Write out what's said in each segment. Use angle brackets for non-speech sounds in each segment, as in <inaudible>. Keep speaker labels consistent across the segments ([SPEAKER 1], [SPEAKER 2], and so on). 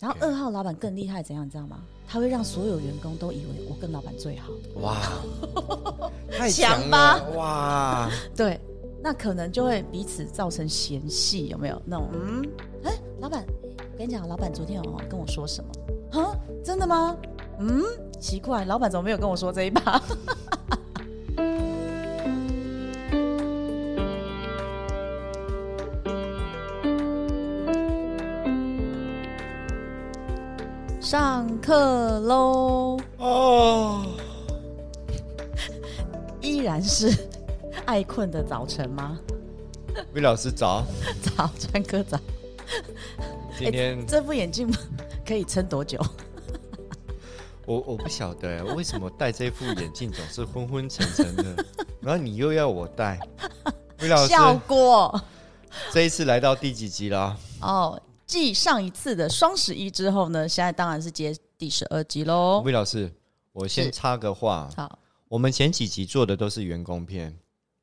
[SPEAKER 1] 然后二号老板更厉害，怎样你知道吗？他会让所有员工都以为我跟老板最好。
[SPEAKER 2] 哇，
[SPEAKER 1] <laughs>
[SPEAKER 2] 太
[SPEAKER 1] 强吧
[SPEAKER 2] 了哇！
[SPEAKER 1] 对，那可能就会彼此造成嫌隙，有没有？那种嗯，哎、老板，我跟你讲，老板昨天有跟我说什么？啊，真的吗？嗯，奇怪，老板怎么没有跟我说这一把？ <laughs> 上课喽！
[SPEAKER 2] 哦，
[SPEAKER 1] 依然是爱困的早晨吗？ <laughs>
[SPEAKER 2] 魏老师早，
[SPEAKER 1] 早，川哥早。
[SPEAKER 2] 今天、
[SPEAKER 1] 哎这副眼镜可以撑多久？
[SPEAKER 2] 我我不晓得为什么戴这副眼镜总是昏昏沉沉
[SPEAKER 1] <laughs>
[SPEAKER 2] 的，然后你又要我戴。魏老师，
[SPEAKER 1] 效果
[SPEAKER 2] 这一次来到第几集了？
[SPEAKER 1] 哦，继上一次的双十一之后呢，现在当然是接第十二集喽。
[SPEAKER 2] 魏老师，我先
[SPEAKER 1] 哦是
[SPEAKER 2] 插个话，
[SPEAKER 1] 好，
[SPEAKER 2] 我们前几集做的都是员工篇，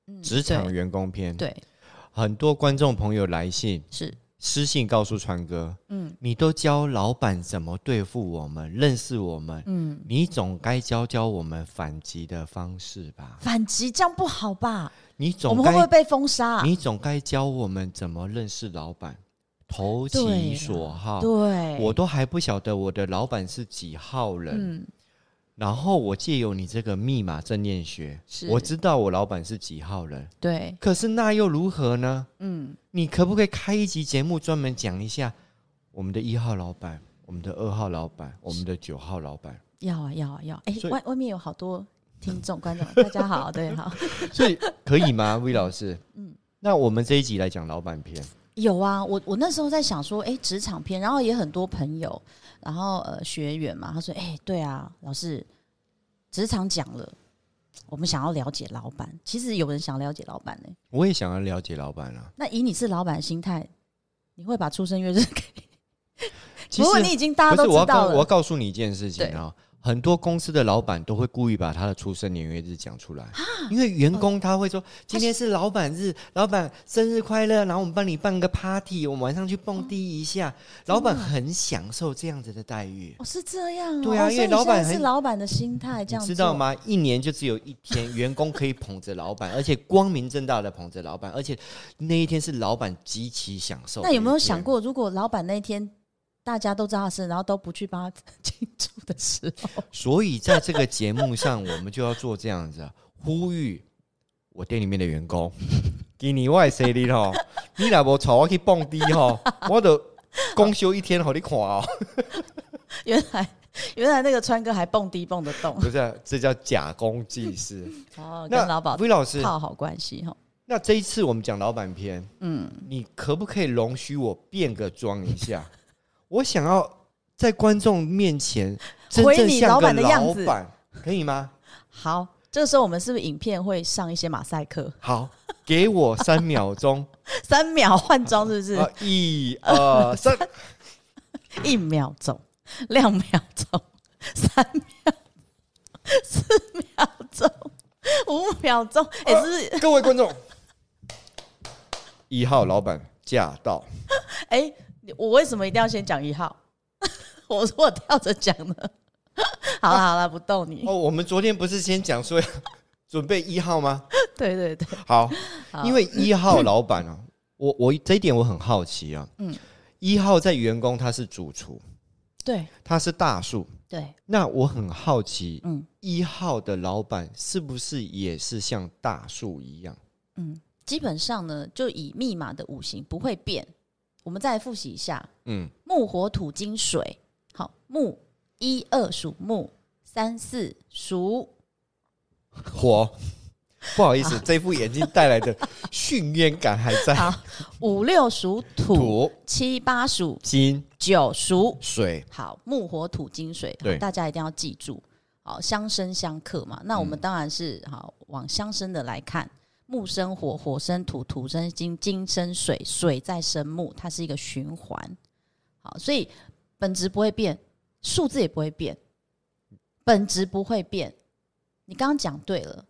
[SPEAKER 1] 嗯
[SPEAKER 2] 职场员工篇。，
[SPEAKER 1] 对对
[SPEAKER 2] 很多观众朋友来信
[SPEAKER 1] 是，
[SPEAKER 2] 私信告诉川哥，
[SPEAKER 1] 嗯
[SPEAKER 2] 你都教老板怎么对付我们、认识我们，
[SPEAKER 1] 嗯，
[SPEAKER 2] 你总该教教我们反击的方式吧？
[SPEAKER 1] 反击这样不好吧？
[SPEAKER 2] 你
[SPEAKER 1] 我
[SPEAKER 2] 总
[SPEAKER 1] 们会
[SPEAKER 2] 该
[SPEAKER 1] 不会被封杀啊、
[SPEAKER 2] 你总该教我们怎么认识老板，投
[SPEAKER 1] 对
[SPEAKER 2] 其
[SPEAKER 1] 啦
[SPEAKER 2] 所好。
[SPEAKER 1] 对，
[SPEAKER 2] 我都还不晓得我的老板是几号人，
[SPEAKER 1] 嗯
[SPEAKER 2] 然后我借由你这个密码正念学
[SPEAKER 1] 是，
[SPEAKER 2] 我知道我老板是几号人。
[SPEAKER 1] 对，
[SPEAKER 2] 可是那又如何呢？
[SPEAKER 1] 嗯
[SPEAKER 2] 你可不可以开一集节目专门讲一下我们的一号老板、我们的二号老板、我们的九号老板？
[SPEAKER 1] 要啊要啊要啊，哎、
[SPEAKER 2] 所以
[SPEAKER 1] 外外面有好多听众观众，大家好，对好，
[SPEAKER 2] 所以可以 <laughs> 吗，魏老师？嗯，那我们这一集来讲老板篇，
[SPEAKER 1] 有啊，我我那时候在想说，哎，职场片，然后也很多朋友，然后呃学员嘛，他说，哎，对啊，老师，职场讲了，我们想要了解老板，其实有人想了解老板呢、
[SPEAKER 2] 我也想要了解老板啊。
[SPEAKER 1] 那以你是老板的心态，你会把出生月日给？
[SPEAKER 2] 其
[SPEAKER 1] 如
[SPEAKER 2] 实
[SPEAKER 1] 果你已经大
[SPEAKER 2] 不
[SPEAKER 1] 家都
[SPEAKER 2] 是，我要
[SPEAKER 1] 知
[SPEAKER 2] 告
[SPEAKER 1] 道
[SPEAKER 2] 我要
[SPEAKER 1] 了，
[SPEAKER 2] 告诉你一件事情
[SPEAKER 1] 对
[SPEAKER 2] 啊、很多公司的老板都会故意把他的出生年月日讲出来，
[SPEAKER 1] 啊
[SPEAKER 2] 因为员工他会
[SPEAKER 1] 哦
[SPEAKER 2] 说今天是老板日，老板生日快乐，然后我们帮你办个 party，我们晚上去蹦迪一下，老板很享受这样子的待遇。
[SPEAKER 1] 嗯哦，是这样、哦，
[SPEAKER 2] 对啊
[SPEAKER 1] 哦
[SPEAKER 2] 因为
[SPEAKER 1] 所以你
[SPEAKER 2] 老板
[SPEAKER 1] 现在是
[SPEAKER 2] 很
[SPEAKER 1] 老板的心态这
[SPEAKER 2] 你
[SPEAKER 1] 样哦
[SPEAKER 2] 知道
[SPEAKER 1] 做？
[SPEAKER 2] 吗？一年就只有一天，员工可以捧着老
[SPEAKER 1] <laughs>
[SPEAKER 2] 板，而且光明正大的捧着老板，而且那一天是老板极其享受的一
[SPEAKER 1] 那
[SPEAKER 2] 天。
[SPEAKER 1] 有没有想过，如果老板那天大家都知道他生日，然后都不去帮他 <laughs> 庆祝的时候，
[SPEAKER 2] 所以在这个节目上，我们就要做这样子啊 <laughs> 呼吁，我店里面的员工， <laughs> 给你外 C 你吼， <laughs> 你老婆吵我去蹦迪吼， <laughs> 我都公休一天吼，你看哦， <laughs>
[SPEAKER 1] 原来原来那个川哥还蹦迪蹦得 <laughs> 动。
[SPEAKER 2] 不是，这叫假公济私。
[SPEAKER 1] 哦，
[SPEAKER 2] 那
[SPEAKER 1] 跟老板
[SPEAKER 2] 魏老师，
[SPEAKER 1] 泡好关系哈。
[SPEAKER 2] 那这一次我们讲老板篇，
[SPEAKER 1] 嗯，
[SPEAKER 2] 你可不可以容许我变个装一下？ <laughs> 我想要在观众面前真
[SPEAKER 1] 回
[SPEAKER 2] 正
[SPEAKER 1] 你
[SPEAKER 2] 像个
[SPEAKER 1] 老板的样
[SPEAKER 2] 老
[SPEAKER 1] 子
[SPEAKER 2] 板，可以吗？
[SPEAKER 1] 好，这时候我们是不是影片会上一些马赛克？ <laughs>
[SPEAKER 2] 好，给我三秒钟。
[SPEAKER 1] 三秒换装是不是？
[SPEAKER 2] 啊，一二
[SPEAKER 1] <laughs>
[SPEAKER 2] 三，
[SPEAKER 1] 一秒钟，两秒钟， <laughs> 三秒，四秒钟， <laughs> 五秒钟，哎、是不是？
[SPEAKER 2] 各位观众，一号老板驾
[SPEAKER 1] <laughs>
[SPEAKER 2] 到，
[SPEAKER 1] 哎、你我为什么一定要先讲一号？ <laughs> 我说我跳着讲呢。 <laughs> 好了好了，不逗你。
[SPEAKER 2] 哦，我们昨天不是先讲说要 <laughs> 准备一号吗？
[SPEAKER 1] <laughs> 对对对，
[SPEAKER 2] 好，
[SPEAKER 1] 好
[SPEAKER 2] 因为一号老板
[SPEAKER 1] <laughs>
[SPEAKER 2] 啊，我我这一点我很好奇啊，嗯
[SPEAKER 1] 嗯，
[SPEAKER 2] 一号在员工他是主厨，
[SPEAKER 1] 对
[SPEAKER 2] 他是大树，
[SPEAKER 1] 对，
[SPEAKER 2] 那我很好奇，
[SPEAKER 1] 嗯
[SPEAKER 2] 一号的老板是不是也是像大树一样？
[SPEAKER 1] 嗯，基本上呢，就以密码的五行不会变。我们再来复习一下，
[SPEAKER 2] 嗯，
[SPEAKER 1] 木火土金水，好，木一二属木，三四属
[SPEAKER 2] 火。不好意思，这副眼镜带来的训练感还
[SPEAKER 1] <laughs>
[SPEAKER 2] 在。
[SPEAKER 1] 好五六属土，
[SPEAKER 2] 土、
[SPEAKER 1] 七八属
[SPEAKER 2] 金、
[SPEAKER 1] 九属
[SPEAKER 2] 水，
[SPEAKER 1] 好，木火土金水，好
[SPEAKER 2] 对
[SPEAKER 1] 大家一定要记住，好相生相克嘛。那我们当然是好往相生的来看，木生火，火生土，土生金，金生水，水再生木，它是一个循环。好，所以本质不会变，数字也不会变，本质不会变。你刚刚讲对了，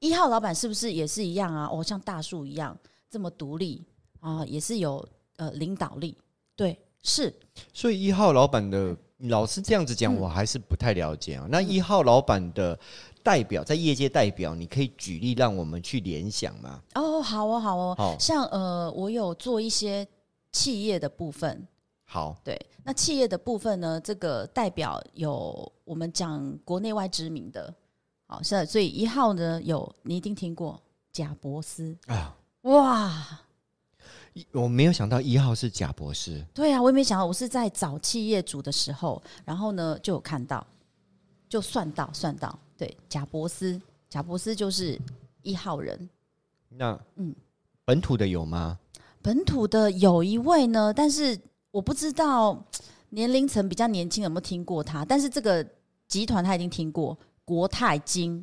[SPEAKER 1] 一号老板是不是也是一样啊？哦，像大树一样这么独立啊，也是有呃领导力。对，是
[SPEAKER 2] 所以一号老板的老是这样子讲，我还是不太了解啊。那一号老板的代表在业界代表，你可以举例让我们去联想吗？
[SPEAKER 1] 哦，好哦，好哦，
[SPEAKER 2] 好
[SPEAKER 1] 像呃，我有做一些企业的部分，
[SPEAKER 2] 好，
[SPEAKER 1] 对，那企业的部分呢，这个代表有我们讲国内外知名的，好，现在所以一号呢有你一定听过贾伯斯
[SPEAKER 2] 啊，
[SPEAKER 1] 哇，
[SPEAKER 2] 一我没有想到一号是贾博士，
[SPEAKER 1] 对啊，我也没想到，我是在找企业主的时候，然后呢就有看到，就算到算到，对，贾伯斯，贾伯斯就是一号人，
[SPEAKER 2] 那
[SPEAKER 1] 嗯
[SPEAKER 2] 嗯，本土的有吗？
[SPEAKER 1] 本土的有一位呢，但是我不知道年龄层比较年轻有没有听过他，但是这个集团他已经听过国泰金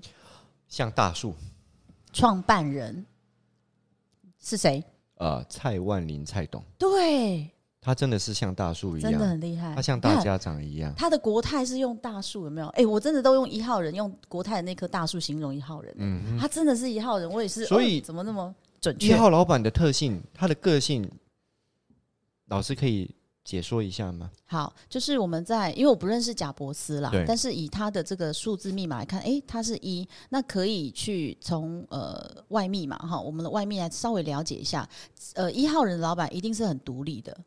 [SPEAKER 2] 像大树，
[SPEAKER 1] 创办人是谁？
[SPEAKER 2] 呃，蔡万林蔡董，
[SPEAKER 1] 对，
[SPEAKER 2] 他真的是像大树一
[SPEAKER 1] 真的
[SPEAKER 2] 样，
[SPEAKER 1] 很厉害。
[SPEAKER 2] 他像
[SPEAKER 1] 你
[SPEAKER 2] 大
[SPEAKER 1] 看
[SPEAKER 2] 家长一样。
[SPEAKER 1] 他的国泰是用大树，有没有？哎、我真的都用一号人，用国泰的那棵大树形容一号人、
[SPEAKER 2] 嗯，
[SPEAKER 1] 他真的是一号人，我也是。
[SPEAKER 2] 所以
[SPEAKER 1] 哦怎么那么准
[SPEAKER 2] 一
[SPEAKER 1] 确？
[SPEAKER 2] 号老板的特性，他的个性，老师可以解说一下吗？
[SPEAKER 1] 好，就是我们在，因为我不认识贾伯斯啦
[SPEAKER 2] 对，
[SPEAKER 1] 但是以他的这个数字密码来看，诶，他是一，那可以去从呃外密码哈，我们的外密来稍微了解一下。呃，一号人的老板一定是很独立的，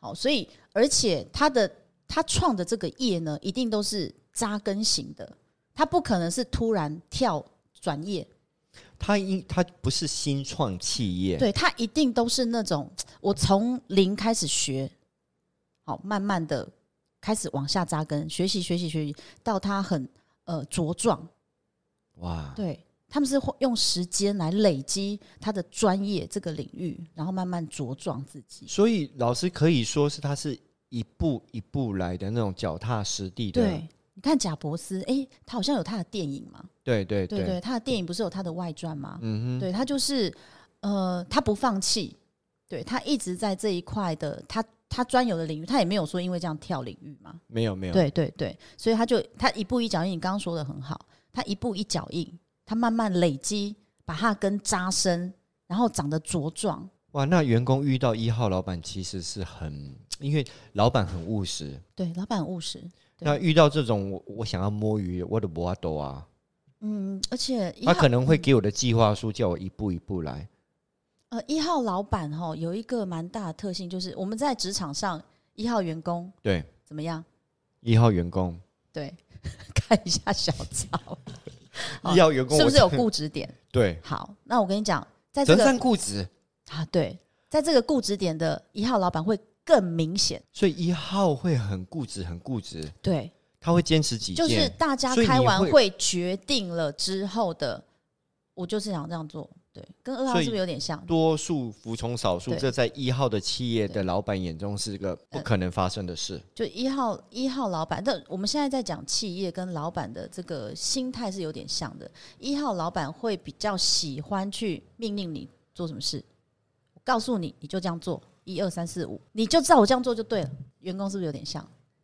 [SPEAKER 1] 好，所以而且他的他创的这个业呢，一定都是扎根型的，他不可能是突然跳转业，
[SPEAKER 2] 他因他不是新创企业，
[SPEAKER 1] 对他一定都是那种我从零开始学，好，慢慢的开始往下扎根，学习学习学习，到他很呃茁壮。
[SPEAKER 2] 哇，
[SPEAKER 1] 对，他们是会用时间来累积他的专业这个领域，然后慢慢茁壮自己。
[SPEAKER 2] 所以老师可以说是他是一步一步来的那种脚踏实地的，
[SPEAKER 1] 对，你看贾伯斯，诶，他好像有他的电影嘛？
[SPEAKER 2] 对对
[SPEAKER 1] 对对，他的电影不是有他的外传吗？
[SPEAKER 2] 嗯哼，
[SPEAKER 1] 对他就是呃，他不放弃，对他一直在这一块的他他专有的领域，他也没有说因为这样跳领域嘛。
[SPEAKER 2] 没有没有，
[SPEAKER 1] 对对对，所以他就他一步一脚印，你刚刚说的很好，他一步一脚印，他慢慢累积，把它根扎深，然后长得茁壮。
[SPEAKER 2] 哇，那员工遇到一号老板其实是很，因为老板很务实，
[SPEAKER 1] 对，老板很务实，对
[SPEAKER 2] 那遇到这种我我想要摸鱼，我的不阿斗啊，
[SPEAKER 1] 嗯，而且一
[SPEAKER 2] 他
[SPEAKER 1] 号
[SPEAKER 2] 啊可能会给我的计划书叫我一步一步来，
[SPEAKER 1] 呃一号老板哈、有一个蛮大的特性，就是我们在职场上一号员工
[SPEAKER 2] 对，
[SPEAKER 1] 怎么样？
[SPEAKER 2] 一号员工，
[SPEAKER 1] 对， <laughs> 看一下小赵哦
[SPEAKER 2] 一号员工
[SPEAKER 1] 是不
[SPEAKER 2] 我
[SPEAKER 1] 是有固执点？
[SPEAKER 2] 对，
[SPEAKER 1] 好，那我跟你讲，在这
[SPEAKER 2] 折
[SPEAKER 1] 个
[SPEAKER 2] 善固执，
[SPEAKER 1] 啊对，在这个固执点的一号老板会更明显，
[SPEAKER 2] 所以一号会很固执，很固执，
[SPEAKER 1] 对。
[SPEAKER 2] 他会坚持己见，
[SPEAKER 1] 就是大家
[SPEAKER 2] 所以你
[SPEAKER 1] 开完
[SPEAKER 2] 会
[SPEAKER 1] 会决定了之后的，我就是想这样做，对，跟二号
[SPEAKER 2] 所以
[SPEAKER 1] 是不是有点像？
[SPEAKER 2] 多数服从少数，
[SPEAKER 1] 对
[SPEAKER 2] 这在一号的企业的老板眼中是个不可能发生的事。
[SPEAKER 1] 就一号一号老板，但我们现在在讲企业跟老板的这个心态是有点像的。一号老板会比较喜欢去命令你做什么事，我告诉你，你就这样做，一二三四五，你就照我这样做就对了。员工是不是有点像？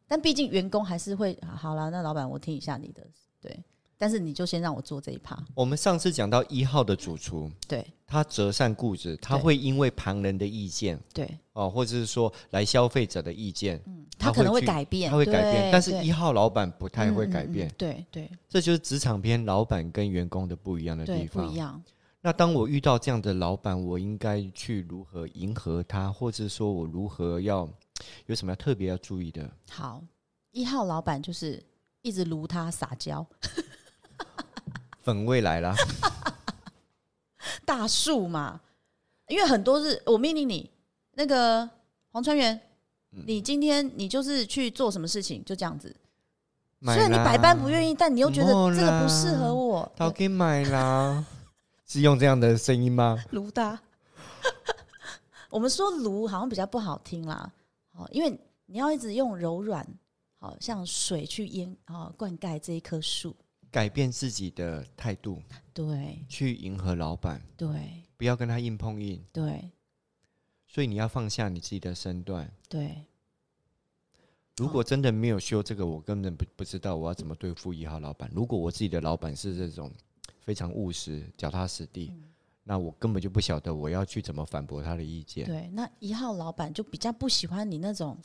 [SPEAKER 1] 但毕竟员工还是会啊好了，那老板我听一下你的，对，但是你就先让我做这一趴，
[SPEAKER 2] 我们上次讲到一号的主厨，
[SPEAKER 1] 对
[SPEAKER 2] 他折善固执，他
[SPEAKER 1] 对
[SPEAKER 2] 会因为旁人的意见
[SPEAKER 1] 对，
[SPEAKER 2] 哦，或者是说来消费者的意见，
[SPEAKER 1] 嗯他
[SPEAKER 2] 他
[SPEAKER 1] 可能
[SPEAKER 2] 会
[SPEAKER 1] 会
[SPEAKER 2] 去
[SPEAKER 1] 改变，
[SPEAKER 2] 他会改变。
[SPEAKER 1] 对
[SPEAKER 2] 但是
[SPEAKER 1] 对
[SPEAKER 2] 一号老板不太会
[SPEAKER 1] 嗯
[SPEAKER 2] 改
[SPEAKER 1] 嗯嗯
[SPEAKER 2] 变，
[SPEAKER 1] 对对
[SPEAKER 2] 这就是职场篇老板跟员工的不一样的
[SPEAKER 1] 对，
[SPEAKER 2] 地
[SPEAKER 1] 不
[SPEAKER 2] 方
[SPEAKER 1] 一。样。
[SPEAKER 2] 那当我遇到这样的老板，我应该去如何迎合他，或者说我如何要有什么要特别要注意的？
[SPEAKER 1] 好，一号老板就是一直撸他撒娇， <laughs>
[SPEAKER 2] 粉味来了，
[SPEAKER 1] 大树嘛，因为很多是我命令你那个黄川源。
[SPEAKER 2] 嗯
[SPEAKER 1] 你今天你就是去做什么事情，就这样子。虽
[SPEAKER 2] 买
[SPEAKER 1] 然你
[SPEAKER 2] 啦
[SPEAKER 1] 百般不愿意，但你又觉得
[SPEAKER 2] 莫
[SPEAKER 1] 这个
[SPEAKER 2] 啦
[SPEAKER 1] 不适合我。
[SPEAKER 2] 他给买啦，
[SPEAKER 1] <laughs>
[SPEAKER 2] 是用这样的声音吗？
[SPEAKER 1] 卢大， <laughs> 我们说卢好像比较不好听啦，好，因为你要一直用柔软，好像水去淹啊灌溉这一棵树。
[SPEAKER 2] 改变自己的态度，
[SPEAKER 1] 对
[SPEAKER 2] 去迎合老板，
[SPEAKER 1] 对
[SPEAKER 2] 不要跟他硬碰硬。
[SPEAKER 1] 对
[SPEAKER 2] 所以你要放下你自己的身段。
[SPEAKER 1] 对，
[SPEAKER 2] 如果真的没有修这个，我根本不不知道我要怎么对
[SPEAKER 1] 嗯
[SPEAKER 2] 付一号老板。如果我自己的老板是这种非常务实、脚踏实地，那我根本就不晓得我要去怎么反驳他的意见。
[SPEAKER 1] 对，那一号老板就比较不喜欢你那种，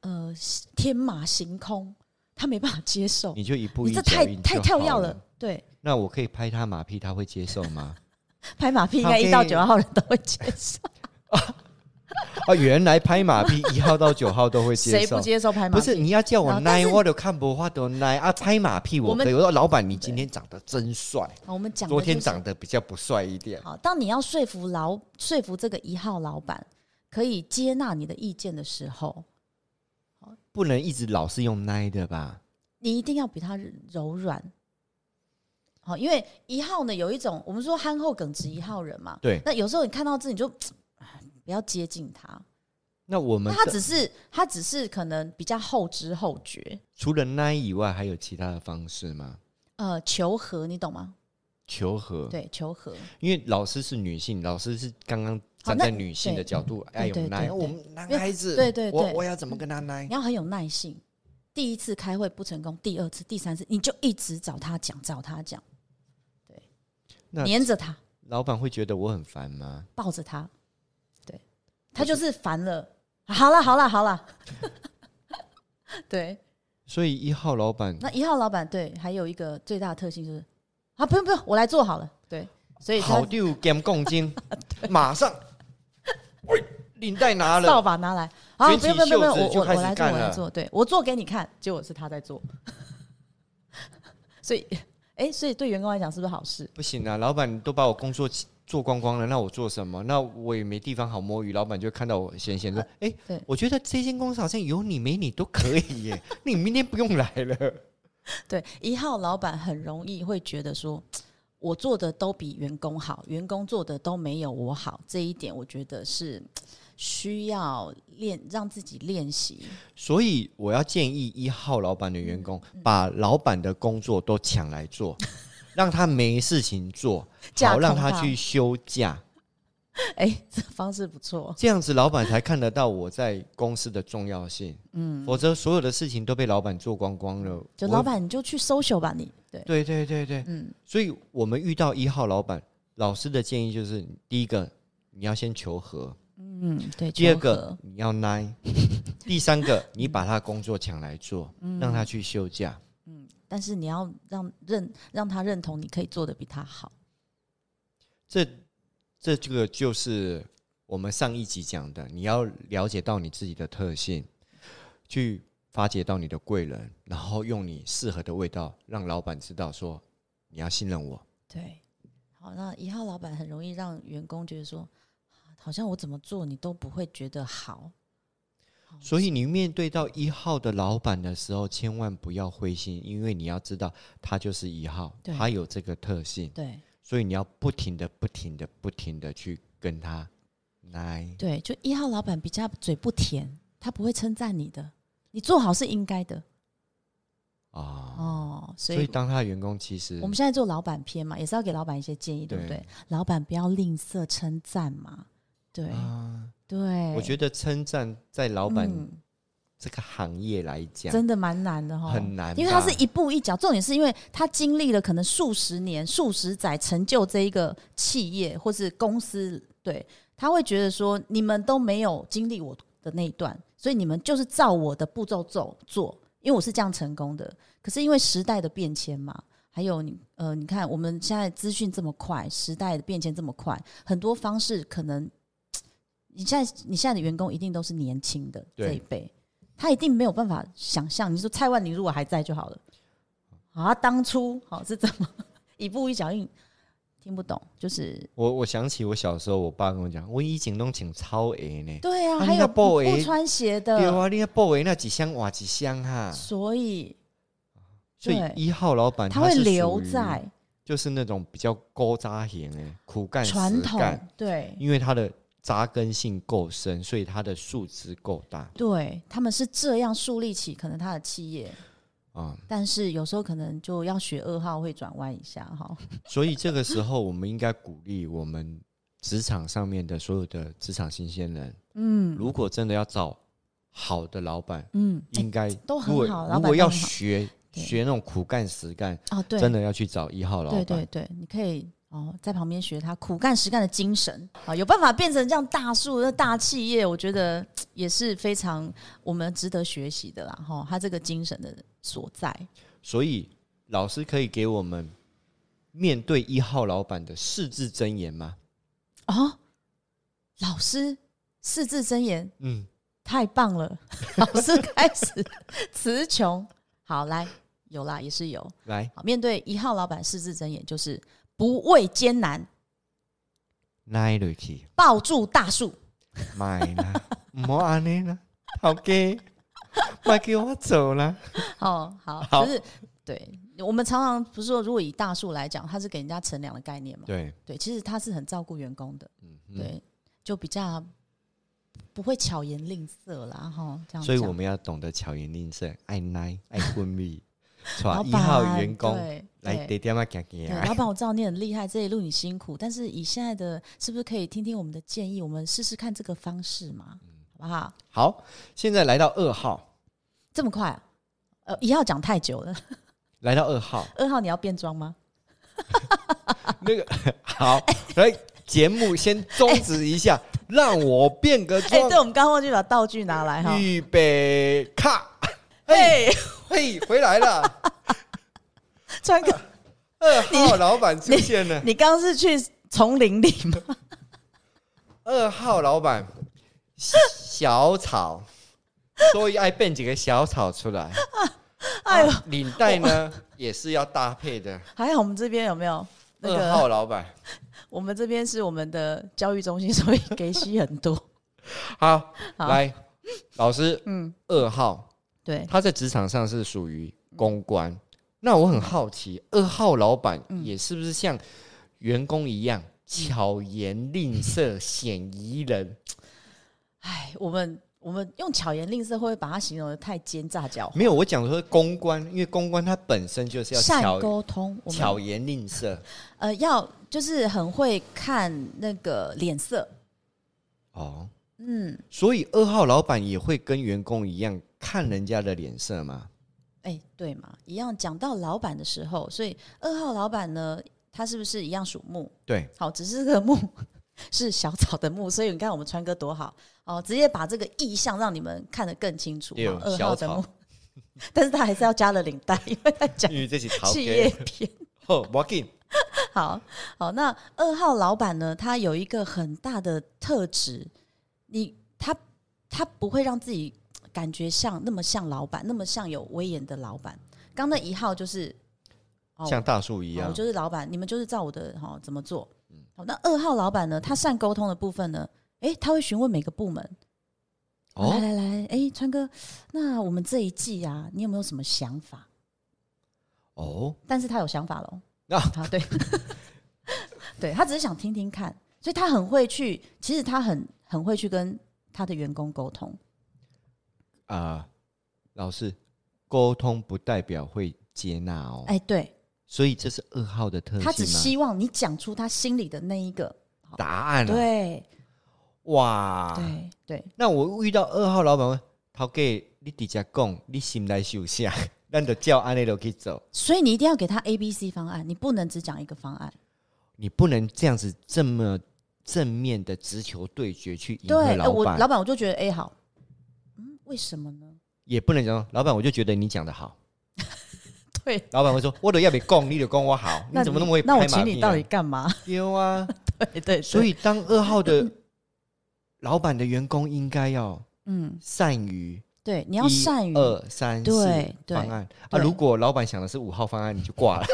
[SPEAKER 1] 呃，天马行空，他没办法接受。
[SPEAKER 2] 你就一步
[SPEAKER 1] 你
[SPEAKER 2] 一
[SPEAKER 1] 这
[SPEAKER 2] 脚
[SPEAKER 1] 太
[SPEAKER 2] 印
[SPEAKER 1] 太
[SPEAKER 2] 就
[SPEAKER 1] 跳
[SPEAKER 2] 好
[SPEAKER 1] 跃
[SPEAKER 2] 了
[SPEAKER 1] 了。，对，
[SPEAKER 2] 那我可以拍他马屁，他会接受吗？
[SPEAKER 1] 拍马屁应
[SPEAKER 2] 他
[SPEAKER 1] 该
[SPEAKER 2] 可
[SPEAKER 1] 一到
[SPEAKER 2] 以
[SPEAKER 1] 九号人都会接受，
[SPEAKER 2] <laughs> 哦，原来拍马屁一号到九号都会接
[SPEAKER 1] 谁
[SPEAKER 2] 受
[SPEAKER 1] 不。接受拍马
[SPEAKER 2] 不
[SPEAKER 1] 屁？
[SPEAKER 2] 是你要叫我
[SPEAKER 1] 然后但
[SPEAKER 2] 奶，
[SPEAKER 1] 是
[SPEAKER 2] 我都看不画都奶啊！拍马屁
[SPEAKER 1] 我
[SPEAKER 2] 我
[SPEAKER 1] 们
[SPEAKER 2] 可以。我说老板，你今天长得真帅，
[SPEAKER 1] 好我们讲的
[SPEAKER 2] 昨天
[SPEAKER 1] 就是
[SPEAKER 2] 长得比较不帅一点。
[SPEAKER 1] 好，当你要说服老说服这个一号老板可以接纳你的意见的时候，
[SPEAKER 2] 不能一直老是用奶的吧？
[SPEAKER 1] 你一定要比他柔软。好，因为一号呢有一种我们说憨厚耿直一号人嘛，
[SPEAKER 2] 对，
[SPEAKER 1] 那有时候你看到这你就不要接近他，
[SPEAKER 2] 那我们
[SPEAKER 1] 那他
[SPEAKER 2] 这
[SPEAKER 1] 只是他只是可能比较后知后觉，
[SPEAKER 2] 除了奶以外，还有其他的方式吗？
[SPEAKER 1] 呃，求和你懂吗？
[SPEAKER 2] 求和，
[SPEAKER 1] 对，求和，
[SPEAKER 2] 因为老师是女性，老师是刚刚
[SPEAKER 1] 好
[SPEAKER 2] 站
[SPEAKER 1] 那
[SPEAKER 2] 在女性的
[SPEAKER 1] 对
[SPEAKER 2] 角度，哎
[SPEAKER 1] 对
[SPEAKER 2] 呦
[SPEAKER 1] 对
[SPEAKER 2] 奶，
[SPEAKER 1] 对
[SPEAKER 2] 我们男孩子，
[SPEAKER 1] 对对嗯
[SPEAKER 2] 我
[SPEAKER 1] 对
[SPEAKER 2] 我要怎么跟他奶
[SPEAKER 1] 你？要很有耐性。第一次开会不成功，第二次、第三次，你就一直找他讲，找他讲，
[SPEAKER 2] 那
[SPEAKER 1] 黏着他，
[SPEAKER 2] 老板会觉得我很烦吗？
[SPEAKER 1] 抱着他，对他就是烦了。 <laughs> 好了，好了，好了， <laughs> 对。
[SPEAKER 2] 所以一号老板
[SPEAKER 1] 那一号老板对，还有一个最大的特性就是，啊，不用不用，我来做好了。对，所以他
[SPEAKER 2] 好丢减共
[SPEAKER 1] <laughs>
[SPEAKER 2] 斤，马上，喂，领带拿
[SPEAKER 1] 扫
[SPEAKER 2] 了，
[SPEAKER 1] 把拿来，啊，
[SPEAKER 2] 卷
[SPEAKER 1] 不
[SPEAKER 2] 起
[SPEAKER 1] 用不用不
[SPEAKER 2] 袖子
[SPEAKER 1] 用，我
[SPEAKER 2] 就
[SPEAKER 1] 我
[SPEAKER 2] 开始
[SPEAKER 1] 我来做
[SPEAKER 2] 干
[SPEAKER 1] 我来
[SPEAKER 2] 了
[SPEAKER 1] 做，对我做给你看，结果是他在做， <laughs> 所以哎、所以对员工来讲是不是好事？
[SPEAKER 2] 不行啊，老板都把我工作起做光光了，那我做什么？那我也没地方好摸鱼，老板就看到我闲闲说，哎、
[SPEAKER 1] 啊对
[SPEAKER 2] 我觉得这间公司好像有你没你都可以
[SPEAKER 1] <laughs>
[SPEAKER 2] 耶，你明天不用来了。
[SPEAKER 1] 对，一号老板很容易会觉得说，我做的都比员工好，员工做的都没有我好，这一点我觉得是需要练，让自己练习。
[SPEAKER 2] 所以我要建议一号老板的员工，
[SPEAKER 1] 嗯
[SPEAKER 2] 把老板的工作都抢来
[SPEAKER 1] <laughs>
[SPEAKER 2] 做，让他没事情做，
[SPEAKER 1] 架
[SPEAKER 2] 好让
[SPEAKER 1] 空
[SPEAKER 2] 他
[SPEAKER 1] 他
[SPEAKER 2] 去休假。
[SPEAKER 1] 哎、这方式不错，
[SPEAKER 2] 这样子老板才看得到我在公司的重要性。嗯，否则所有的事情都被老板做光光了。
[SPEAKER 1] 就
[SPEAKER 2] 我
[SPEAKER 1] 老，板你就去 social 吧你，对，
[SPEAKER 2] 对对对对，
[SPEAKER 1] 嗯，
[SPEAKER 2] 所以我们遇到一号老板，老师的建议就是：第一个，你要先求和；
[SPEAKER 1] 嗯，对，
[SPEAKER 2] 第二
[SPEAKER 1] 求
[SPEAKER 2] 个
[SPEAKER 1] 和，，
[SPEAKER 2] 你要耐；第三个，你把他的工作抢来做，
[SPEAKER 1] 嗯
[SPEAKER 2] 让他去休假。
[SPEAKER 1] 但是你要让认让他认同你可以做的比他好。
[SPEAKER 2] 这这这个就是我们上一集讲的，你要了解到你自己的特性，去发掘到你的贵人，然后用你适合的味道让老板知道说你要信任我。
[SPEAKER 1] 对，好，那一号老板很容易让员工觉得说，啊好像我怎么做你都不会觉得好。
[SPEAKER 2] 所以你面对到一号的老板的时候，千万不要灰心，因为你要知道他就是一号，
[SPEAKER 1] 对
[SPEAKER 2] 他有这个特性，
[SPEAKER 1] 对
[SPEAKER 2] 所以你要不停的、不停的、不停的去跟他来。
[SPEAKER 1] 对，就一号老板比较嘴不甜，他不会称赞你的，你做好是应该的
[SPEAKER 2] 啊、
[SPEAKER 1] 哦。所
[SPEAKER 2] 所以
[SPEAKER 1] 以
[SPEAKER 2] 当他的员工，其实
[SPEAKER 1] 我们现在做老板篇嘛，也是要给老板一些建议，对不对
[SPEAKER 2] 对？
[SPEAKER 1] 老板不要吝啬称赞嘛，对、
[SPEAKER 2] 啊，
[SPEAKER 1] 对，
[SPEAKER 2] 我觉得称赞在老板
[SPEAKER 1] 哎嗯
[SPEAKER 2] 这个行业来讲，
[SPEAKER 1] 真的蛮难的哈，
[SPEAKER 2] 很难吧
[SPEAKER 1] 因为他是一步一脚，重点是因为他经历了可能数十年、数十载，成就这一个企业或是公司，对他会觉得说你们都没有经历我的那一段，所以你们就是照我的步骤走做，因为我是这样成功的。可是因为时代的变迁嘛，还有你呃，你看我们现在资讯这么快，时代的变迁这么快，很多方式可能。你现在你现在的员工一定都是年轻的
[SPEAKER 2] 对
[SPEAKER 1] 这一辈，他一定没有办法想象。你说蔡万妮如果还在就好了，啊，他当初好是怎么 <laughs> 一步一脚印，听不懂，就是
[SPEAKER 2] 我我想起我小时候，我爸跟我讲，我以前弄请超 A 呢，
[SPEAKER 1] 对啊，
[SPEAKER 2] 啊
[SPEAKER 1] 还
[SPEAKER 2] 你那
[SPEAKER 1] 有不
[SPEAKER 2] boy
[SPEAKER 1] 不穿鞋
[SPEAKER 2] 对
[SPEAKER 1] 的，
[SPEAKER 2] 啊，你那报 A 那几箱哇几箱哈，
[SPEAKER 1] 所以
[SPEAKER 2] 所以
[SPEAKER 1] 对
[SPEAKER 2] 一号老板
[SPEAKER 1] 他会
[SPEAKER 2] 是属于
[SPEAKER 1] 留在
[SPEAKER 2] 就是那种比较高扎型哎，苦干实
[SPEAKER 1] 传统
[SPEAKER 2] 干，，
[SPEAKER 1] 对
[SPEAKER 2] 因为他的扎根性够深，所以他的数值够大
[SPEAKER 1] 对，他们是这样树立起可能他的企业，
[SPEAKER 2] 啊、
[SPEAKER 1] 但是有时候可能就要学二号会转弯一下哈，
[SPEAKER 2] 所以这个时候我们应该鼓励我们职场上面的所有的职场新鲜人，
[SPEAKER 1] 嗯
[SPEAKER 2] 如果真的要找好的老板，
[SPEAKER 1] 嗯，哎
[SPEAKER 2] 应该
[SPEAKER 1] 都很
[SPEAKER 2] 如果
[SPEAKER 1] 好
[SPEAKER 2] 如
[SPEAKER 1] 老板
[SPEAKER 2] 果
[SPEAKER 1] 都
[SPEAKER 2] 要
[SPEAKER 1] 很好
[SPEAKER 2] 学
[SPEAKER 1] 对
[SPEAKER 2] 学那种苦干实干，
[SPEAKER 1] 哦对，
[SPEAKER 2] 真的要去找一号老
[SPEAKER 1] 对
[SPEAKER 2] 板。
[SPEAKER 1] 对对，你可以哦，在旁边学他苦干实干的精神啊、有办法变成这样大树、呃大企业，我觉得嘖也是非常我们值得学习的啦。哈、他这个精神的所在，
[SPEAKER 2] 所以老师可以给我们面对一号老板的四字箴言吗？
[SPEAKER 1] 哦，老师四字真言
[SPEAKER 2] 嗯，
[SPEAKER 1] 太棒了， <laughs> 老师开始词穷。好，来有啦，也是有。
[SPEAKER 2] 来，
[SPEAKER 1] 好，面对一号老板四字真言就是不畏艰难，
[SPEAKER 2] 奈瑞奇，
[SPEAKER 1] 抱住大树。
[SPEAKER 2] 买啦， <laughs> 莫安尼啦，好给，卖给我走啦。
[SPEAKER 1] 哦，好，
[SPEAKER 2] 好
[SPEAKER 1] 就是对我们常常不是说，如果以大树来讲，它是给人家乘凉的概念嘛。
[SPEAKER 2] 对，
[SPEAKER 1] 对，其实它是很照顾员工的，
[SPEAKER 2] 嗯，
[SPEAKER 1] 对，就比较不会巧言令色啦，哈，这样讲。
[SPEAKER 2] 所以我们要懂得巧言令
[SPEAKER 1] <laughs>
[SPEAKER 2] 色，爱耐，爱昏迷，把
[SPEAKER 1] 老
[SPEAKER 2] 一
[SPEAKER 1] 板
[SPEAKER 2] 号员工
[SPEAKER 1] 啊对
[SPEAKER 2] 来
[SPEAKER 1] 对
[SPEAKER 2] 得点嘛啊行行
[SPEAKER 1] 对，老板，我知道你很厉害，这一路你辛苦，但是以现在的，是不是可以听听我们的建议，我们试试看这个方式嘛，
[SPEAKER 2] 嗯
[SPEAKER 1] 好不好？
[SPEAKER 2] 好，现在来到二号，
[SPEAKER 1] 这么快、啊？呃，一号讲太久了，
[SPEAKER 2] 来到二
[SPEAKER 1] <laughs>
[SPEAKER 2] 号，
[SPEAKER 1] 二号你要变
[SPEAKER 2] <laughs>
[SPEAKER 1] 装吗？
[SPEAKER 2] 那个 <laughs> 好，来节目先终止一
[SPEAKER 1] <laughs>
[SPEAKER 2] 下，让我变个
[SPEAKER 1] 哎、
[SPEAKER 2] 妆
[SPEAKER 1] 对，，我们刚刚忘记把道具拿来哈。
[SPEAKER 2] 预备，咔，
[SPEAKER 1] 哎、
[SPEAKER 2] 嘿，回来
[SPEAKER 1] <laughs>
[SPEAKER 2] 了，
[SPEAKER 1] 川
[SPEAKER 2] <laughs>
[SPEAKER 1] 哥，
[SPEAKER 2] 二号老板出现了，
[SPEAKER 1] 你刚刚是去丛林里吗？
[SPEAKER 2] 二号老板小草，所以爱变几个小草出来，啊
[SPEAKER 1] <laughs> 哎呦，
[SPEAKER 2] 领带呢也是要搭配的，
[SPEAKER 1] 还好我们这边有没有那
[SPEAKER 2] 二
[SPEAKER 1] 个？
[SPEAKER 2] 号老板。
[SPEAKER 1] 我们这边是我们的教育中心，所以给息
[SPEAKER 2] <laughs>
[SPEAKER 1] 很多。
[SPEAKER 2] 好，
[SPEAKER 1] 好
[SPEAKER 2] 来，老师，
[SPEAKER 1] 嗯，
[SPEAKER 2] 二号
[SPEAKER 1] 对，
[SPEAKER 2] 他在职场上是属于公关，那我很好奇，二号老板
[SPEAKER 1] 嗯
[SPEAKER 2] 也是不是像员工一样巧言令色、嫌疑人？
[SPEAKER 1] 哎，我们我们用巧言令色，会不会把它形容的太奸诈狡猾？
[SPEAKER 2] 没有，我讲说公关，因为公关它本身就是要
[SPEAKER 1] 善
[SPEAKER 2] 巧
[SPEAKER 1] 沟通，我
[SPEAKER 2] 巧
[SPEAKER 1] 们
[SPEAKER 2] 言令色
[SPEAKER 1] 呃要就是很会看那个脸色，
[SPEAKER 2] 哦，
[SPEAKER 1] 嗯，
[SPEAKER 2] 所以二号老板也会跟员工一样看人家的脸色嘛。
[SPEAKER 1] 哎，对嘛，一样讲到老板的时候，所以二号老板呢，他是不是一样属木？
[SPEAKER 2] 对，
[SPEAKER 1] 好，只是这个木 <laughs> 是小草的木，所以你看我们川哥多好哦，直接把这个意象让你们看得更清楚。
[SPEAKER 2] 对
[SPEAKER 1] 好二
[SPEAKER 2] 小
[SPEAKER 1] 号的
[SPEAKER 2] 草
[SPEAKER 1] 木， <laughs> 但是他还是要加了领带，因为他讲
[SPEAKER 2] 因为这是草
[SPEAKER 1] 企业片。
[SPEAKER 2] 好，不要紧
[SPEAKER 1] 好好，那二号老板呢，他有一个很大的特质，你他他不会让自己感觉像那么像老板，那么像有威严的老板。刚那一号就是哦
[SPEAKER 2] 像大树一
[SPEAKER 1] 好
[SPEAKER 2] 样嗯
[SPEAKER 1] 我，就是老板，你们就是照我的哈、哦、怎么做。好，那二号老板呢，他善沟通的部分呢，诶，他会询问每个部门，来
[SPEAKER 2] 哦
[SPEAKER 1] 来来，诶，川哥，那我们这一季啊，你有没有什么想法？
[SPEAKER 2] 哦，
[SPEAKER 1] 但是他有想法喽。
[SPEAKER 2] 啊
[SPEAKER 1] 啊，对， <laughs> 对他只是想听听看，所以他很会去，其实他很很会去跟他的员工沟通。
[SPEAKER 2] 啊、老师，沟通不代表会接纳哦，
[SPEAKER 1] 哎，对
[SPEAKER 2] 所以这是二号的特性吗？
[SPEAKER 1] 他只希望你讲出他心里的那一个，
[SPEAKER 2] 答案、啊，
[SPEAKER 1] 对
[SPEAKER 2] 哇，
[SPEAKER 1] 对对，
[SPEAKER 2] 那我遇到二号老板问，陶给你底下讲，你心来休下， <laughs> 咱就叫安内落去走，
[SPEAKER 1] 所以你一定要给他 A、B、C 方案，你不能只讲一个方案。
[SPEAKER 2] 你不能这样子这么正面的直球对决去迎合
[SPEAKER 1] 对，哎
[SPEAKER 2] 老
[SPEAKER 1] 我
[SPEAKER 2] 板，
[SPEAKER 1] 老板我就觉得 A 好，嗯，为什
[SPEAKER 2] <laughs>
[SPEAKER 1] 么呢？
[SPEAKER 2] 也不能讲老板，我就觉得你讲的好。
[SPEAKER 1] 对，
[SPEAKER 2] 老板会说：“我都要被供，你就供我好，你怎么那么会
[SPEAKER 1] <laughs> 那我
[SPEAKER 2] 拍马
[SPEAKER 1] 请
[SPEAKER 2] 屁、
[SPEAKER 1] 你
[SPEAKER 2] 啊？” <laughs>
[SPEAKER 1] 到底干嘛？ <laughs>
[SPEAKER 2] 丢啊！
[SPEAKER 1] 对对对，
[SPEAKER 2] 所以，当二号的老板的员工应该要
[SPEAKER 1] 嗯，
[SPEAKER 2] 善于
[SPEAKER 1] 对，你要
[SPEAKER 2] 一
[SPEAKER 1] 善于
[SPEAKER 2] 二三四
[SPEAKER 1] 对对
[SPEAKER 2] 方案啊。
[SPEAKER 1] 对
[SPEAKER 2] 如果老板想的是五号方案，你就挂了。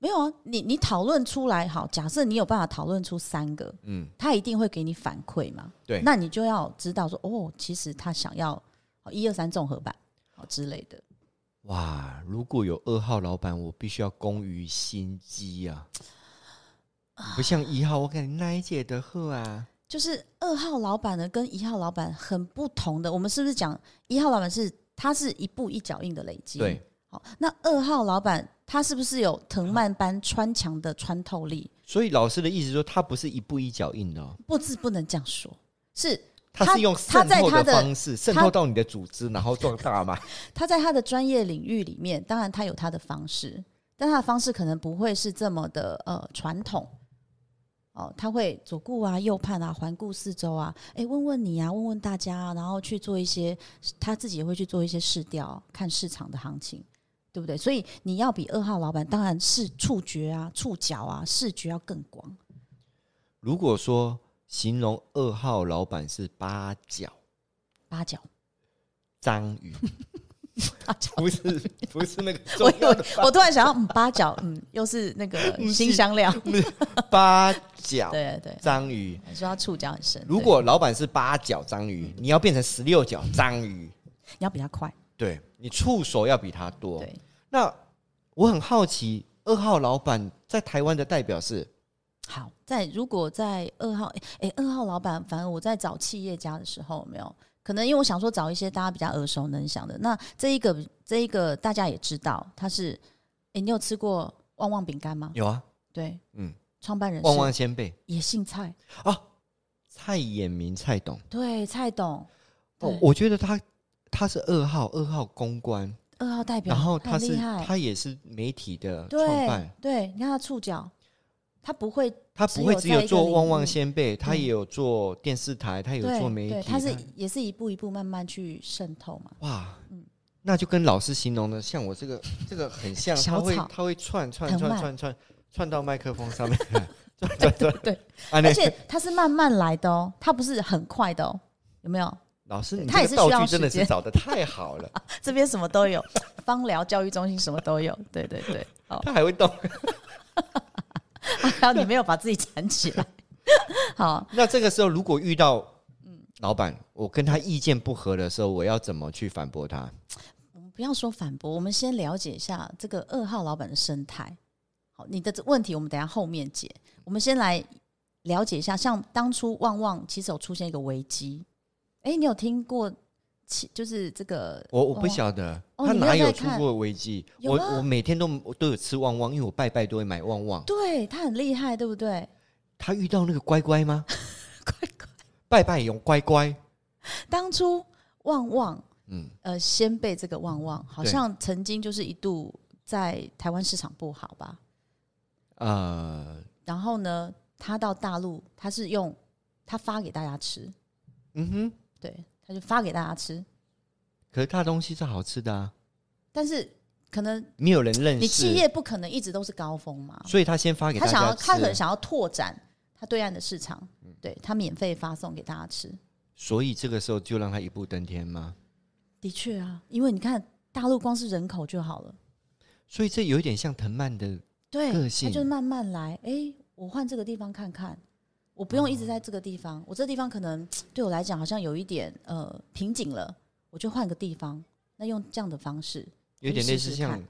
[SPEAKER 1] 没有啊，你你讨论出来好，假设你有办法讨论出三个，
[SPEAKER 2] 嗯，
[SPEAKER 1] 他一定会给你反馈嘛。
[SPEAKER 2] 对
[SPEAKER 1] 那你就要知道说，哦，其实他想要哦一二三综合版哦之类的。
[SPEAKER 2] 哇，如果有二号老板，我必须要攻于心机啊！
[SPEAKER 1] 啊
[SPEAKER 2] 不像一号，我感觉那一届的喝啊，
[SPEAKER 1] 就是二号老板呢跟一号老板很不同的，我们是不是讲一号老板是他是一步一脚印的累积？
[SPEAKER 2] 对，，
[SPEAKER 1] 好，那二号老板他是不是有藤蔓般穿墙的穿透力？
[SPEAKER 2] 所以老师的意思说，他不是一步一脚印的、哦，
[SPEAKER 1] 不是不能这样说，是
[SPEAKER 2] 他
[SPEAKER 1] 他
[SPEAKER 2] 是用
[SPEAKER 1] 他
[SPEAKER 2] 渗
[SPEAKER 1] 在
[SPEAKER 2] 透
[SPEAKER 1] 他的
[SPEAKER 2] 方式渗
[SPEAKER 1] 他
[SPEAKER 2] 透到你的组织，然后壮大嘛。
[SPEAKER 1] 他在他的专业领域里面，当然他有他的方式，但他的方式可能不会是这么的呃传统。哦，他会左顾啊、右盼啊、环顾四周啊，哎，问问你啊，问问大家、啊，然后去做一些他自己也会去做一些试调，看市场的行情，对不对？所以你要比二号老板，当然是触觉啊、触角啊、视觉要更广。
[SPEAKER 2] 如果说形容二号老板是八角
[SPEAKER 1] 八角， <laughs>
[SPEAKER 2] 章鱼，
[SPEAKER 1] 八角，
[SPEAKER 2] 不是不是那个
[SPEAKER 1] 我
[SPEAKER 2] 重
[SPEAKER 1] 以
[SPEAKER 2] 要
[SPEAKER 1] 为
[SPEAKER 2] 的
[SPEAKER 1] 我突然想到，嗯，八角，嗯，又是那个
[SPEAKER 2] 嗯
[SPEAKER 1] 新香料，
[SPEAKER 2] 八角
[SPEAKER 1] 对对，
[SPEAKER 2] 章鱼。
[SPEAKER 1] 说他触角很深。
[SPEAKER 2] 如
[SPEAKER 1] 对
[SPEAKER 2] 果老板是八角章鱼，你要变成十六角章鱼，
[SPEAKER 1] 你要比他快，
[SPEAKER 2] 对你触手要比他多。
[SPEAKER 1] 对，
[SPEAKER 2] 那我很好奇，二号老板在台湾的代表是
[SPEAKER 1] 好，在如果在二号，哎、二号老板，反正我在找企业家的时候，有没有可能因为我想说找一些大家比较耳熟能详的。那这一个这一个大家也知道，他是，哎、你有吃过旺旺饼干吗？
[SPEAKER 2] 有啊，
[SPEAKER 1] 对，
[SPEAKER 2] 嗯，
[SPEAKER 1] 创办人
[SPEAKER 2] 旺旺
[SPEAKER 1] 是
[SPEAKER 2] 先辈
[SPEAKER 1] 也姓蔡，
[SPEAKER 2] 啊，蔡衍明、蔡董。
[SPEAKER 1] 对，蔡董，对，
[SPEAKER 2] 哦，我觉得他他是二号，二号公关，
[SPEAKER 1] 二号代表，
[SPEAKER 2] 然后他
[SPEAKER 1] 很
[SPEAKER 2] 是
[SPEAKER 1] 厉害，
[SPEAKER 2] 他也是媒体的创
[SPEAKER 1] 对
[SPEAKER 2] 办，
[SPEAKER 1] 对，你看他触角，他不会
[SPEAKER 2] 他不会只
[SPEAKER 1] 只有
[SPEAKER 2] 有
[SPEAKER 1] 在一个
[SPEAKER 2] 做
[SPEAKER 1] 领域
[SPEAKER 2] 旺旺先辈，他
[SPEAKER 1] 嗯
[SPEAKER 2] 也有做电视台，他也有
[SPEAKER 1] 对
[SPEAKER 2] 做媒
[SPEAKER 1] 对，
[SPEAKER 2] 体，
[SPEAKER 1] 他是也是一步一步慢慢去渗透嘛。
[SPEAKER 2] 哇，
[SPEAKER 1] 嗯
[SPEAKER 2] 那就跟老师形容的，像我这个 <laughs> 这个很像，
[SPEAKER 1] 小
[SPEAKER 2] 他会
[SPEAKER 1] 草
[SPEAKER 2] 他会串串
[SPEAKER 1] 藤
[SPEAKER 2] 串
[SPEAKER 1] 蔓
[SPEAKER 2] 串串串到麦克风上面，
[SPEAKER 1] <laughs>
[SPEAKER 2] <laughs> 串串串，
[SPEAKER 1] 对
[SPEAKER 2] 啊，那
[SPEAKER 1] 而且它是慢慢来的哦，它不是很快的哦，有没有？
[SPEAKER 2] <laughs>
[SPEAKER 1] <laughs>
[SPEAKER 2] 老师，你这
[SPEAKER 1] 他也
[SPEAKER 2] 个
[SPEAKER 1] 是
[SPEAKER 2] 道
[SPEAKER 1] 需要
[SPEAKER 2] 具真的
[SPEAKER 1] 时
[SPEAKER 2] 是
[SPEAKER 1] 间
[SPEAKER 2] 找的太好
[SPEAKER 1] <laughs>
[SPEAKER 2] 了，
[SPEAKER 1] 这边什么都有，芳疗教育中心什么都有，对对对。
[SPEAKER 2] <laughs>
[SPEAKER 1] 好，
[SPEAKER 2] 他还会动。
[SPEAKER 1] 然后你没有把自己缠起来， <laughs> 好，
[SPEAKER 2] 那这个时候如果遇到
[SPEAKER 1] 嗯
[SPEAKER 2] 老板，我跟他意见不合的时候，我要怎么去反驳他？
[SPEAKER 1] 我们不要说反驳，我们先了解一下这个二号老板的生态。好，你的这问题我们等一下后面解，我们先来了解一下，像当初旺旺其实有出现一个危机，哎，你有听过其？就是这个
[SPEAKER 2] 我我不
[SPEAKER 1] 旺旺
[SPEAKER 2] 晓得，
[SPEAKER 1] 哦
[SPEAKER 2] 他
[SPEAKER 1] 你没有
[SPEAKER 2] 哪有
[SPEAKER 1] 在
[SPEAKER 2] 出
[SPEAKER 1] 看
[SPEAKER 2] 过危机？
[SPEAKER 1] 有
[SPEAKER 2] 我
[SPEAKER 1] 啊
[SPEAKER 2] 我每天都我都有吃旺旺，因为我拜拜都会买旺
[SPEAKER 1] <laughs>
[SPEAKER 2] 旺。
[SPEAKER 1] 对他很厉害，对不对？
[SPEAKER 2] 他遇到那个乖乖吗？
[SPEAKER 1] 快快，
[SPEAKER 2] 拜拜有乖乖，
[SPEAKER 1] 当初旺旺
[SPEAKER 2] 嗯，
[SPEAKER 1] 呃，先辈这个旺旺好
[SPEAKER 2] 对
[SPEAKER 1] 像曾经就是一度在台湾市场不好吧，
[SPEAKER 2] 呃，
[SPEAKER 1] 然后呢，他到大陆，他是用他发给大家吃，
[SPEAKER 2] 嗯哼，
[SPEAKER 1] 对，他就发给大家吃，
[SPEAKER 2] 可是他东西是好吃的啊，
[SPEAKER 1] 但是可能
[SPEAKER 2] 没有人认识。
[SPEAKER 1] 你企业不可能一直都是高峰嘛，
[SPEAKER 2] 所以他先发给
[SPEAKER 1] 他
[SPEAKER 2] 大
[SPEAKER 1] 想要
[SPEAKER 2] 家
[SPEAKER 1] 他可能
[SPEAKER 2] 吃，
[SPEAKER 1] 想要拓展他对岸的市场，对他免费发送给大家吃，
[SPEAKER 2] 所以这个时候就让他一步登天吗？
[SPEAKER 1] 的确啊，因为你看大陆光是人口就好了，
[SPEAKER 2] 所以这有一点像藤蔓的，
[SPEAKER 1] 对，
[SPEAKER 2] 个
[SPEAKER 1] 他就
[SPEAKER 2] 性
[SPEAKER 1] 慢慢来。诶，我换这个地方看看，我不用一直在这个地方，我这地方可能对我来讲好像有一点呃瓶颈了，我就换个地方。那用这样的方式，
[SPEAKER 2] 有点类
[SPEAKER 1] 试
[SPEAKER 2] 似
[SPEAKER 1] 试
[SPEAKER 2] 像
[SPEAKER 1] 看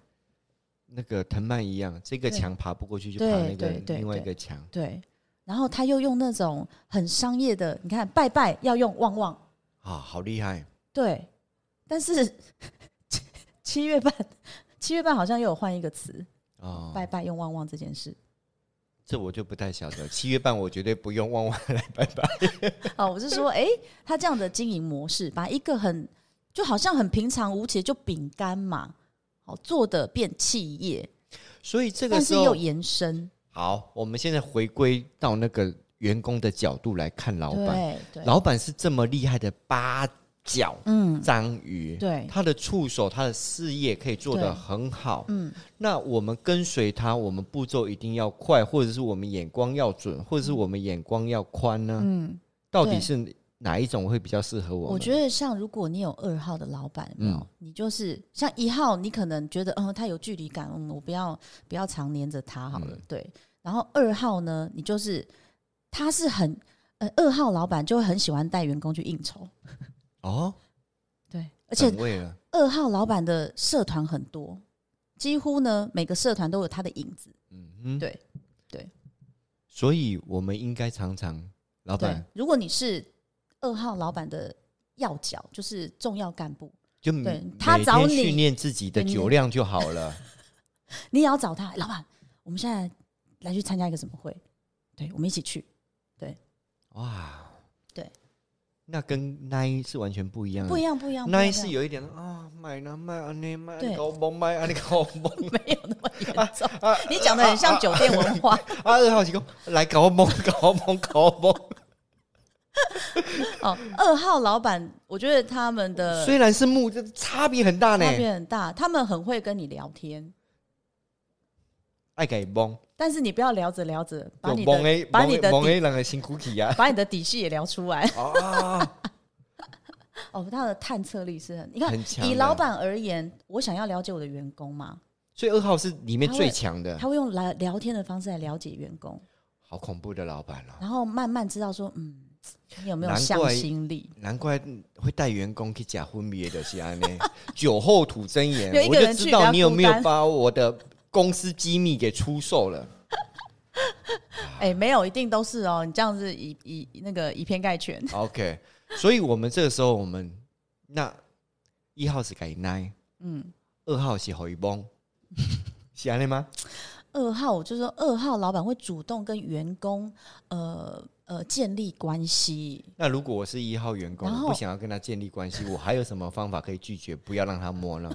[SPEAKER 2] 那个藤蔓一样，这个
[SPEAKER 1] 对
[SPEAKER 2] 墙爬不过去就爬
[SPEAKER 1] 对
[SPEAKER 2] 那个
[SPEAKER 1] 对对
[SPEAKER 2] 另外一
[SPEAKER 1] 对
[SPEAKER 2] 个墙。
[SPEAKER 1] 对，然后他又用那种很商业的，你看拜拜要用旺旺，
[SPEAKER 2] 啊，好厉害！
[SPEAKER 1] 对，但是七 <laughs> 七月半，七月半好像又有换一个词，
[SPEAKER 2] 哦，
[SPEAKER 1] 拜拜用旺旺这件事。
[SPEAKER 2] 这我就不太晓得。七月半我绝对不用旺
[SPEAKER 1] <laughs>
[SPEAKER 2] 旺，
[SPEAKER 1] 哦，我是说，诶，他这样的经营模式，把一个很就好像很平常无奇，就饼干嘛，好做的变企业，
[SPEAKER 2] 所以这个
[SPEAKER 1] 但
[SPEAKER 2] 时
[SPEAKER 1] 是又
[SPEAKER 2] 候
[SPEAKER 1] 延伸，
[SPEAKER 2] 好，我们现在回归到那个员工的角度来看老板，
[SPEAKER 1] 对对，
[SPEAKER 2] 老板是这么厉害的八角
[SPEAKER 1] 嗯，
[SPEAKER 2] 章鱼，
[SPEAKER 1] 对，
[SPEAKER 2] 他的触手，他的事业可以做得
[SPEAKER 1] 对
[SPEAKER 2] 很好。
[SPEAKER 1] 嗯，
[SPEAKER 2] 那我们跟随他，我们步骤一定要快，或者是我们眼光要准，或者是我们眼光要宽呢？
[SPEAKER 1] 嗯，
[SPEAKER 2] 到底是哪一种会比较适合我们？
[SPEAKER 1] 我觉得像如果你有二号的老板，有没有
[SPEAKER 2] 嗯
[SPEAKER 1] 你就是像一号，你可能觉得，嗯，他有距离感，嗯，我不要不要常黏着他好了，
[SPEAKER 2] 嗯
[SPEAKER 1] 对。然后二号呢，你就是他是很，呃，二号老板就会很喜欢带员工去应酬，
[SPEAKER 2] 哦，
[SPEAKER 1] 对，而
[SPEAKER 2] 而
[SPEAKER 1] 且
[SPEAKER 2] 位了，
[SPEAKER 1] 二号老板的社团很多，几乎呢每个社团都有他的影子。
[SPEAKER 2] 嗯哼，
[SPEAKER 1] 对对，
[SPEAKER 2] 所以我们应该常常，老
[SPEAKER 1] 哦对
[SPEAKER 2] 板，
[SPEAKER 1] 如果你是二号老板的要角，就是重要干部，
[SPEAKER 2] 就
[SPEAKER 1] 对
[SPEAKER 2] 每
[SPEAKER 1] 他
[SPEAKER 2] 每
[SPEAKER 1] 找
[SPEAKER 2] 天
[SPEAKER 1] 你
[SPEAKER 2] 训练自己的
[SPEAKER 1] 对你
[SPEAKER 2] 酒量就好了。
[SPEAKER 1] 你也要找他。老板，我们现在来去参加一个什么会？对，我们一起去，
[SPEAKER 2] 哇，
[SPEAKER 1] 对，
[SPEAKER 2] 那跟 nine 是完全不一样的，
[SPEAKER 1] 嗯不一样，不一样，不一
[SPEAKER 2] 那
[SPEAKER 1] 样
[SPEAKER 2] 一是有一点啊、卖呢卖啊那卖
[SPEAKER 1] 对
[SPEAKER 2] 高崩卖啊你高崩
[SPEAKER 1] <laughs>
[SPEAKER 2] <laughs>
[SPEAKER 1] 没有那么严 <laughs> 重。你讲的很像酒店文化
[SPEAKER 2] 啊，二号提供来高崩高崩高崩。
[SPEAKER 1] 哦。二号老板，我觉得他们的
[SPEAKER 2] 虽然是木，这差别很大呢
[SPEAKER 1] 呃差。别很大，他们很会跟你聊天，
[SPEAKER 2] 爱给崩，
[SPEAKER 1] 但是你不要聊着聊着把
[SPEAKER 2] 就
[SPEAKER 1] 你
[SPEAKER 2] 崩 A，
[SPEAKER 1] 的把你的
[SPEAKER 2] 崩
[SPEAKER 1] 底
[SPEAKER 2] A 两个辛苦起
[SPEAKER 1] <laughs>
[SPEAKER 2] 啊
[SPEAKER 1] 把你的底细也聊出来。
[SPEAKER 2] 啊，
[SPEAKER 1] 哦，他的探测力是很，你看
[SPEAKER 2] 很强的
[SPEAKER 1] 以老板而言，我想要了解我的员工嘛，
[SPEAKER 2] 所以二号是里面
[SPEAKER 1] 他会
[SPEAKER 2] 最强的，
[SPEAKER 1] 他会用来聊天的方式来了解员工，
[SPEAKER 2] 好恐怖的老板哦。
[SPEAKER 1] 然后慢慢知道说，嗯，你有没有
[SPEAKER 2] 难
[SPEAKER 1] 向
[SPEAKER 2] 怪
[SPEAKER 1] 心力？
[SPEAKER 2] 难怪会带员工去假婚别的是安呢， <laughs> 酒后吐真言
[SPEAKER 1] <laughs> 有一，
[SPEAKER 2] 我
[SPEAKER 1] 个
[SPEAKER 2] 就
[SPEAKER 1] 人去
[SPEAKER 2] 知
[SPEAKER 1] 比
[SPEAKER 2] 道
[SPEAKER 1] 较
[SPEAKER 2] 你有
[SPEAKER 1] 孤
[SPEAKER 2] 没有
[SPEAKER 1] 单
[SPEAKER 2] 把我的公司机密给出售了。
[SPEAKER 1] 哎、没有，一定都是哦。你这样子以以以那个以偏概全，
[SPEAKER 2] <laughs> OK，所以我们这个时候，我们那一号是给奶，
[SPEAKER 1] 嗯。
[SPEAKER 2] 二号是回崩，是安尼吗？
[SPEAKER 1] 二号，我就说二号老板会主动跟员工，呃呃，建立关系。
[SPEAKER 2] 那如果我是一号员工，
[SPEAKER 1] 然后
[SPEAKER 2] 我不想要跟他建立关系，我还有什么方法可以拒绝，不要让他摸
[SPEAKER 1] <laughs>
[SPEAKER 2] 呢？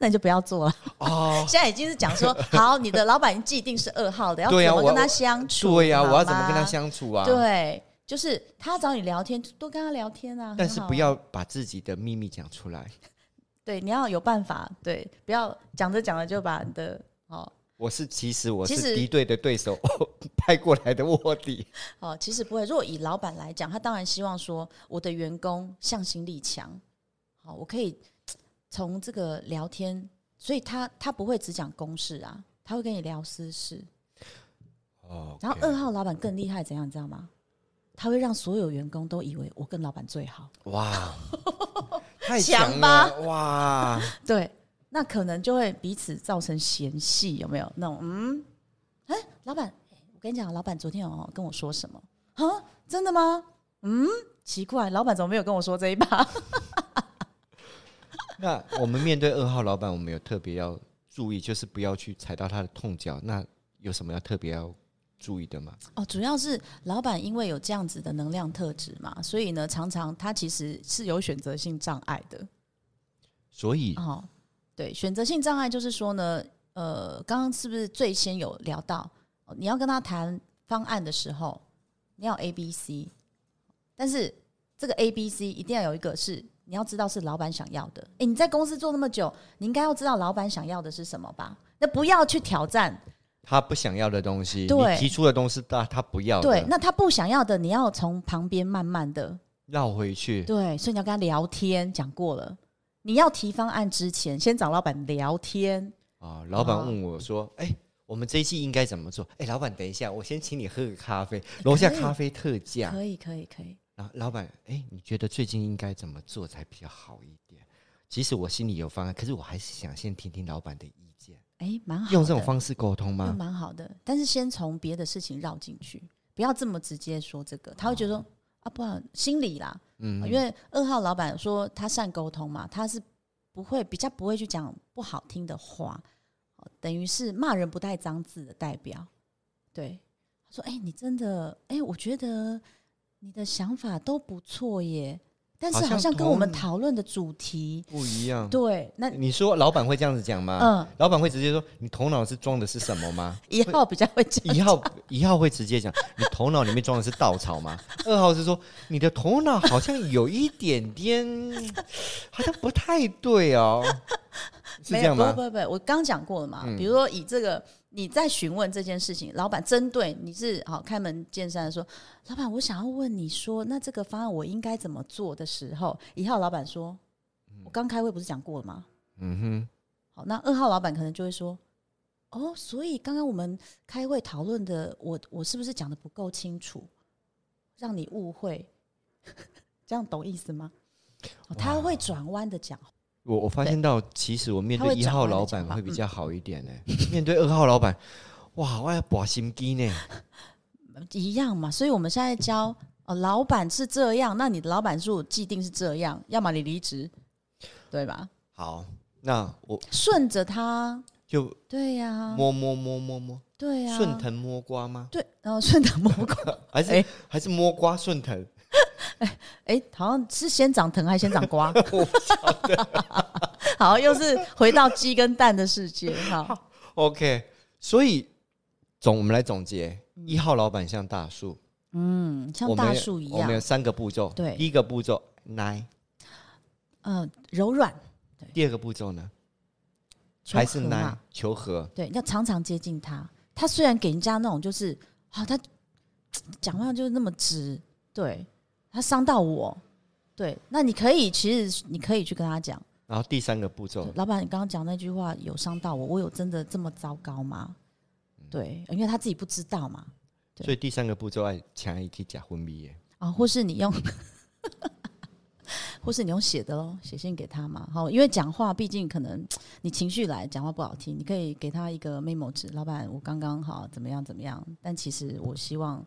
[SPEAKER 1] 那你就不要做了。
[SPEAKER 2] 哦，
[SPEAKER 1] 现在已经是
[SPEAKER 2] <laughs>
[SPEAKER 1] 讲说，好，你的老板既定是二号的，要怎
[SPEAKER 2] 对啊
[SPEAKER 1] 么跟
[SPEAKER 2] 我
[SPEAKER 1] 他相处？
[SPEAKER 2] 对呀、
[SPEAKER 1] 好
[SPEAKER 2] 我要怎么跟他
[SPEAKER 1] 吗
[SPEAKER 2] 相处啊？，
[SPEAKER 1] 对，就是他找你聊天，就多跟他聊天啊。
[SPEAKER 2] 但
[SPEAKER 1] 很
[SPEAKER 2] 是
[SPEAKER 1] 好
[SPEAKER 2] 不
[SPEAKER 1] 啊
[SPEAKER 2] 要把自己的秘密讲出来。
[SPEAKER 1] 对，你要有办法，对，不要讲着讲着就把你的哦
[SPEAKER 2] 我是其实我
[SPEAKER 1] 其实
[SPEAKER 2] 是敌对的对手 <laughs> 派过来的卧底，
[SPEAKER 1] 哦，其实不会。如果以老板来讲，他当然希望说我的员工向心力强，好，我可以从这个聊天，所以他他不会只讲公事啊，他会跟你聊私事。
[SPEAKER 2] 哦
[SPEAKER 1] 然后二号老板更厉害，怎样你知道吗？他会让所有员工都以为我跟老板最好。
[SPEAKER 2] 哇，
[SPEAKER 1] <laughs>
[SPEAKER 2] 太
[SPEAKER 1] 强
[SPEAKER 2] 强
[SPEAKER 1] 吧
[SPEAKER 2] 了哇！
[SPEAKER 1] 对，那可能就会彼此造成嫌隙，有没有？那种嗯，哎、老板，我跟你讲，老板昨天有哦跟我说什么？啊，真的吗？嗯，奇怪，老板怎么没有跟我说这一把？ <laughs>
[SPEAKER 2] <laughs> 那我们面对二号老板，我们有特别要注意，就是不要去踩到他的痛脚。那有什么要特别要注意的吗？
[SPEAKER 1] 哦，主要是老板因为有这样子的能量特质嘛，所以呢，常常他其实是有选择性障碍的。
[SPEAKER 2] 所以
[SPEAKER 1] 哦，对，选择性障碍就是说呢，呃，刚刚是不是最先有聊到，哦你要跟他谈方案的时候，你要 A、B、C，但是这个 A、B、C 一定要有一个是你要知道是老板想要的。诶，你在公司做那么久，你应该要知道老板想要的是什么吧？那不要去挑战，
[SPEAKER 2] 他不想要的东西，
[SPEAKER 1] 对
[SPEAKER 2] 你提出的东西，他他不要的，
[SPEAKER 1] 对，那他不想要的，你要从旁边慢慢的，
[SPEAKER 2] 绕回去。
[SPEAKER 1] 对，所以你要跟他聊天，讲过了。你要提方案之前，先找老板聊天，
[SPEAKER 2] 啊，老板
[SPEAKER 1] 哦
[SPEAKER 2] 问我说：“哎、我们这一季应该怎么做？”哎、老板，等一下，我先请你喝个咖啡，楼下咖啡特价。
[SPEAKER 1] 哎可以，可以，可以。
[SPEAKER 2] 然后老板，哎、你觉得最近应该怎么做才比较好一点？其实我心里有方案，可是我还是想先听听老板的意见，
[SPEAKER 1] 哎，蛮好的，
[SPEAKER 2] 用这种方式沟通
[SPEAKER 1] 那
[SPEAKER 2] 吗？
[SPEAKER 1] 蛮好的。但是先从别的事情绕进去，不要这么直接说这个，他会觉得说、啊，不好，心理啦，
[SPEAKER 2] 哦嗯，
[SPEAKER 1] 因为二号老板说他善沟通嘛，他是不会比较不会去讲不好听的话，哦等于是骂人不带脏字的代表。对，他说：“哎、你真的，哎、我觉得你的想法都不错耶，但是
[SPEAKER 2] 好
[SPEAKER 1] 好
[SPEAKER 2] 像
[SPEAKER 1] 像跟我们
[SPEAKER 2] 同
[SPEAKER 1] 讨论的主题，
[SPEAKER 2] 不一样。
[SPEAKER 1] 对，那
[SPEAKER 2] 你说老板会这样子讲吗？
[SPEAKER 1] 嗯，
[SPEAKER 2] 老板会直接说：“你头脑是装的是什么吗？” <laughs>
[SPEAKER 1] 一号比较会讲
[SPEAKER 2] 一号一号会直接讲，你头脑里面装的是稻草吗？二号是说你的头脑好像有一点点，好像不太对哦，
[SPEAKER 1] <laughs>
[SPEAKER 2] 是
[SPEAKER 1] 没
[SPEAKER 2] 这样
[SPEAKER 1] 有，不
[SPEAKER 2] 吗？嗯
[SPEAKER 1] 不不，我刚讲过了嘛。比如说以这个你在询问这件事情，老板针对你是好开门见山的说，老板，我想要问你说，那这个方案我应该怎么做的时候，一号老板说，我刚开会不是讲过了吗？
[SPEAKER 2] 嗯
[SPEAKER 1] 好，那二号老板可能就会说，哦，所以刚刚我们开会讨论的，我我是不是讲的不够清楚，让你误会？ <laughs> 这样懂意思吗？哦他会转弯的讲，
[SPEAKER 2] 哼，我我发现到其实我面
[SPEAKER 1] 他
[SPEAKER 2] 对
[SPEAKER 1] 会
[SPEAKER 2] 一
[SPEAKER 1] 转
[SPEAKER 2] 号
[SPEAKER 1] 弯地
[SPEAKER 2] 老
[SPEAKER 1] 讲
[SPEAKER 2] 板
[SPEAKER 1] 话
[SPEAKER 2] 会比较好一点呢、
[SPEAKER 1] <laughs>
[SPEAKER 2] 面对二号老板，哇，我要把心机呢，
[SPEAKER 1] 一样嘛，所以我们现在教哦，老板是这样，那你的老板是我既定是这样，要么你离职，对吧？
[SPEAKER 2] 好，那我
[SPEAKER 1] 顺着他，
[SPEAKER 2] 就
[SPEAKER 1] 对呀、
[SPEAKER 2] 摸摸摸摸摸，
[SPEAKER 1] 对啊呀、哦
[SPEAKER 2] 顺藤摸瓜吗？
[SPEAKER 1] 对，然后顺藤摸瓜， <laughs>
[SPEAKER 2] <laughs> 还是、
[SPEAKER 1] 哎
[SPEAKER 2] 还是摸瓜顺藤？
[SPEAKER 1] 哎，好像是先长藤还是先长
[SPEAKER 2] <laughs>
[SPEAKER 1] 瓜？ <laughs> 好，又是回到鸡跟蛋的世界。哈，
[SPEAKER 2] OK，所以总我们来总结，一号老板像大树，
[SPEAKER 1] 嗯，像
[SPEAKER 2] 我们
[SPEAKER 1] 大
[SPEAKER 2] 有
[SPEAKER 1] 树一
[SPEAKER 2] 我
[SPEAKER 1] 样
[SPEAKER 2] 们，有三个步骤，
[SPEAKER 1] 对
[SPEAKER 2] 第一个步骤奶，
[SPEAKER 1] 嗯、柔软，
[SPEAKER 2] 第二个步骤呢
[SPEAKER 1] 求
[SPEAKER 2] 还是
[SPEAKER 1] 和
[SPEAKER 2] 奶
[SPEAKER 1] 嘛
[SPEAKER 2] 求和，
[SPEAKER 1] 对，要常常接近他。他虽然给人家那种就是，啊，他讲话就是那么直，对他伤到我，对，那你可以，其实你可以去跟他讲，
[SPEAKER 2] 然后第三个步骤
[SPEAKER 1] 对老板，你刚刚讲那句话有伤到我，我有真的这么糟糕吗？对，因为他自己不知道嘛，对
[SPEAKER 2] 所以第三个步骤爱请伊去假婚蜜耶。
[SPEAKER 1] 啊，或是你用，或是你用写的咯，写信给他嘛。好，因为讲话毕竟可能你情绪来，讲话不好听，你可以给他一个 memo 纸，老板，我刚刚好怎么样怎么样。但其实我希望，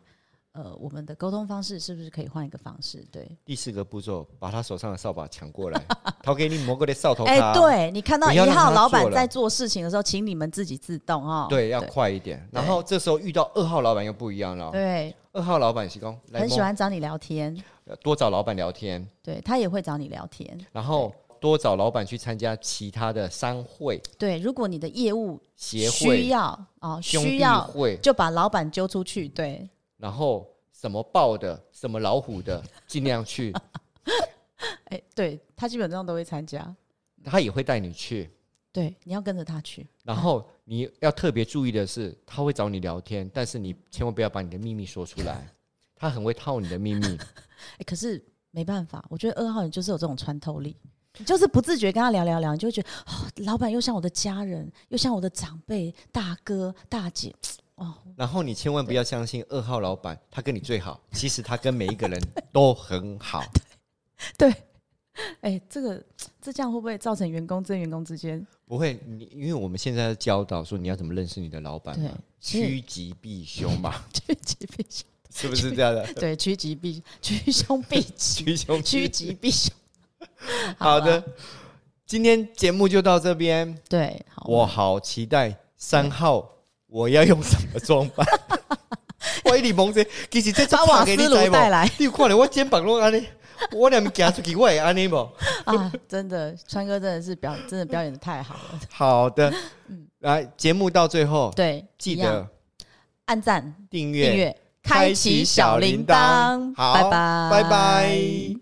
[SPEAKER 1] 呃，我们的沟通方式是不是可以换一个方式？对，
[SPEAKER 2] 第四个步骤，把他手上的扫把抢过
[SPEAKER 1] <laughs>
[SPEAKER 2] 来，掏给你魔鬼的扫头
[SPEAKER 1] 哎、
[SPEAKER 2] 卡。
[SPEAKER 1] 对你看到
[SPEAKER 2] 不
[SPEAKER 1] 一
[SPEAKER 2] 要让
[SPEAKER 1] 号
[SPEAKER 2] 他
[SPEAKER 1] 老
[SPEAKER 2] 做
[SPEAKER 1] 板
[SPEAKER 2] 了
[SPEAKER 1] 在做事情的时候，请你们自己自动哦。
[SPEAKER 2] 对要快一点。然后这时候遇到二号老板又不一样了哦。
[SPEAKER 1] 对，
[SPEAKER 2] 二号老板是讲来
[SPEAKER 1] 很喜欢找你聊天，
[SPEAKER 2] 多找老板聊天，
[SPEAKER 1] 对他也会找你聊天。
[SPEAKER 2] 然后多找老板去参加其他的商会、
[SPEAKER 1] 对，如果你的业务
[SPEAKER 2] 协
[SPEAKER 1] 需
[SPEAKER 2] 会、
[SPEAKER 1] 要啊、哦
[SPEAKER 2] 兄
[SPEAKER 1] 需
[SPEAKER 2] 弟
[SPEAKER 1] 要
[SPEAKER 2] 会，
[SPEAKER 1] 就把老板揪出去，对，
[SPEAKER 2] 然后什么豹的、什么老虎
[SPEAKER 1] <laughs>
[SPEAKER 2] 的，尽量去。
[SPEAKER 1] 哎、对他基本上都会参加，
[SPEAKER 2] 他也会带你去。
[SPEAKER 1] 对，你要跟着他去，
[SPEAKER 2] 然后你要特别注意的是，他会找你聊天，但是你千万不要把你的秘密说出来，他很会套你的秘
[SPEAKER 1] <laughs>
[SPEAKER 2] 密。
[SPEAKER 1] 哎、可是没办法，我觉得二号你就是有这种穿透力，你就是不自觉跟他聊聊聊，你就会觉得哦，老板又像我的家人，又像我的长辈、大哥、大姐，哦，
[SPEAKER 2] 然后你千万不要相信二号老板，他跟你最好，其实他跟每一个人都很
[SPEAKER 1] <laughs>
[SPEAKER 2] 好。
[SPEAKER 1] 哎、这个这这样会不会造成员工跟员工之间
[SPEAKER 2] 不会，你因为我们现在要教导说你要怎么认识你的老板嘛
[SPEAKER 1] 对，
[SPEAKER 2] 趋吉避凶嘛，
[SPEAKER 1] <laughs> 趋吉避凶？ <laughs>
[SPEAKER 2] 是不是这样 <laughs> 的？
[SPEAKER 1] 对，趋吉避趋凶避吉，
[SPEAKER 2] 趋
[SPEAKER 1] <laughs> 啊
[SPEAKER 2] 凶
[SPEAKER 1] 趋
[SPEAKER 2] 吉。
[SPEAKER 1] 吉避 <laughs> 凶。
[SPEAKER 2] 好
[SPEAKER 1] 啦
[SPEAKER 2] 的，，今天节目就到这边，
[SPEAKER 1] 对，好，嗯
[SPEAKER 2] 我好期待三号我要用什么装
[SPEAKER 1] <laughs>
[SPEAKER 2] 扮。我一直蒙着，其实这
[SPEAKER 1] 把
[SPEAKER 2] 张
[SPEAKER 1] 瓦
[SPEAKER 2] 画
[SPEAKER 1] 斯
[SPEAKER 2] 给你
[SPEAKER 1] 炉
[SPEAKER 2] 知
[SPEAKER 1] 带
[SPEAKER 2] 无？
[SPEAKER 1] 来。
[SPEAKER 2] 你有看到我肩膀拢安尼，我连行出去我也安尼
[SPEAKER 1] <laughs>
[SPEAKER 2] 无。
[SPEAKER 1] 啊，真的，川哥真的是表真的表演的太好了。
[SPEAKER 2] 好的，来节目到最后，
[SPEAKER 1] <laughs> 嗯对，
[SPEAKER 2] 记
[SPEAKER 1] 一样
[SPEAKER 2] 得
[SPEAKER 1] 按赞、
[SPEAKER 2] 订
[SPEAKER 1] 订
[SPEAKER 2] 阅，
[SPEAKER 1] 阅、开启小铃铛。
[SPEAKER 2] 好，
[SPEAKER 1] 拜拜，
[SPEAKER 2] 拜拜。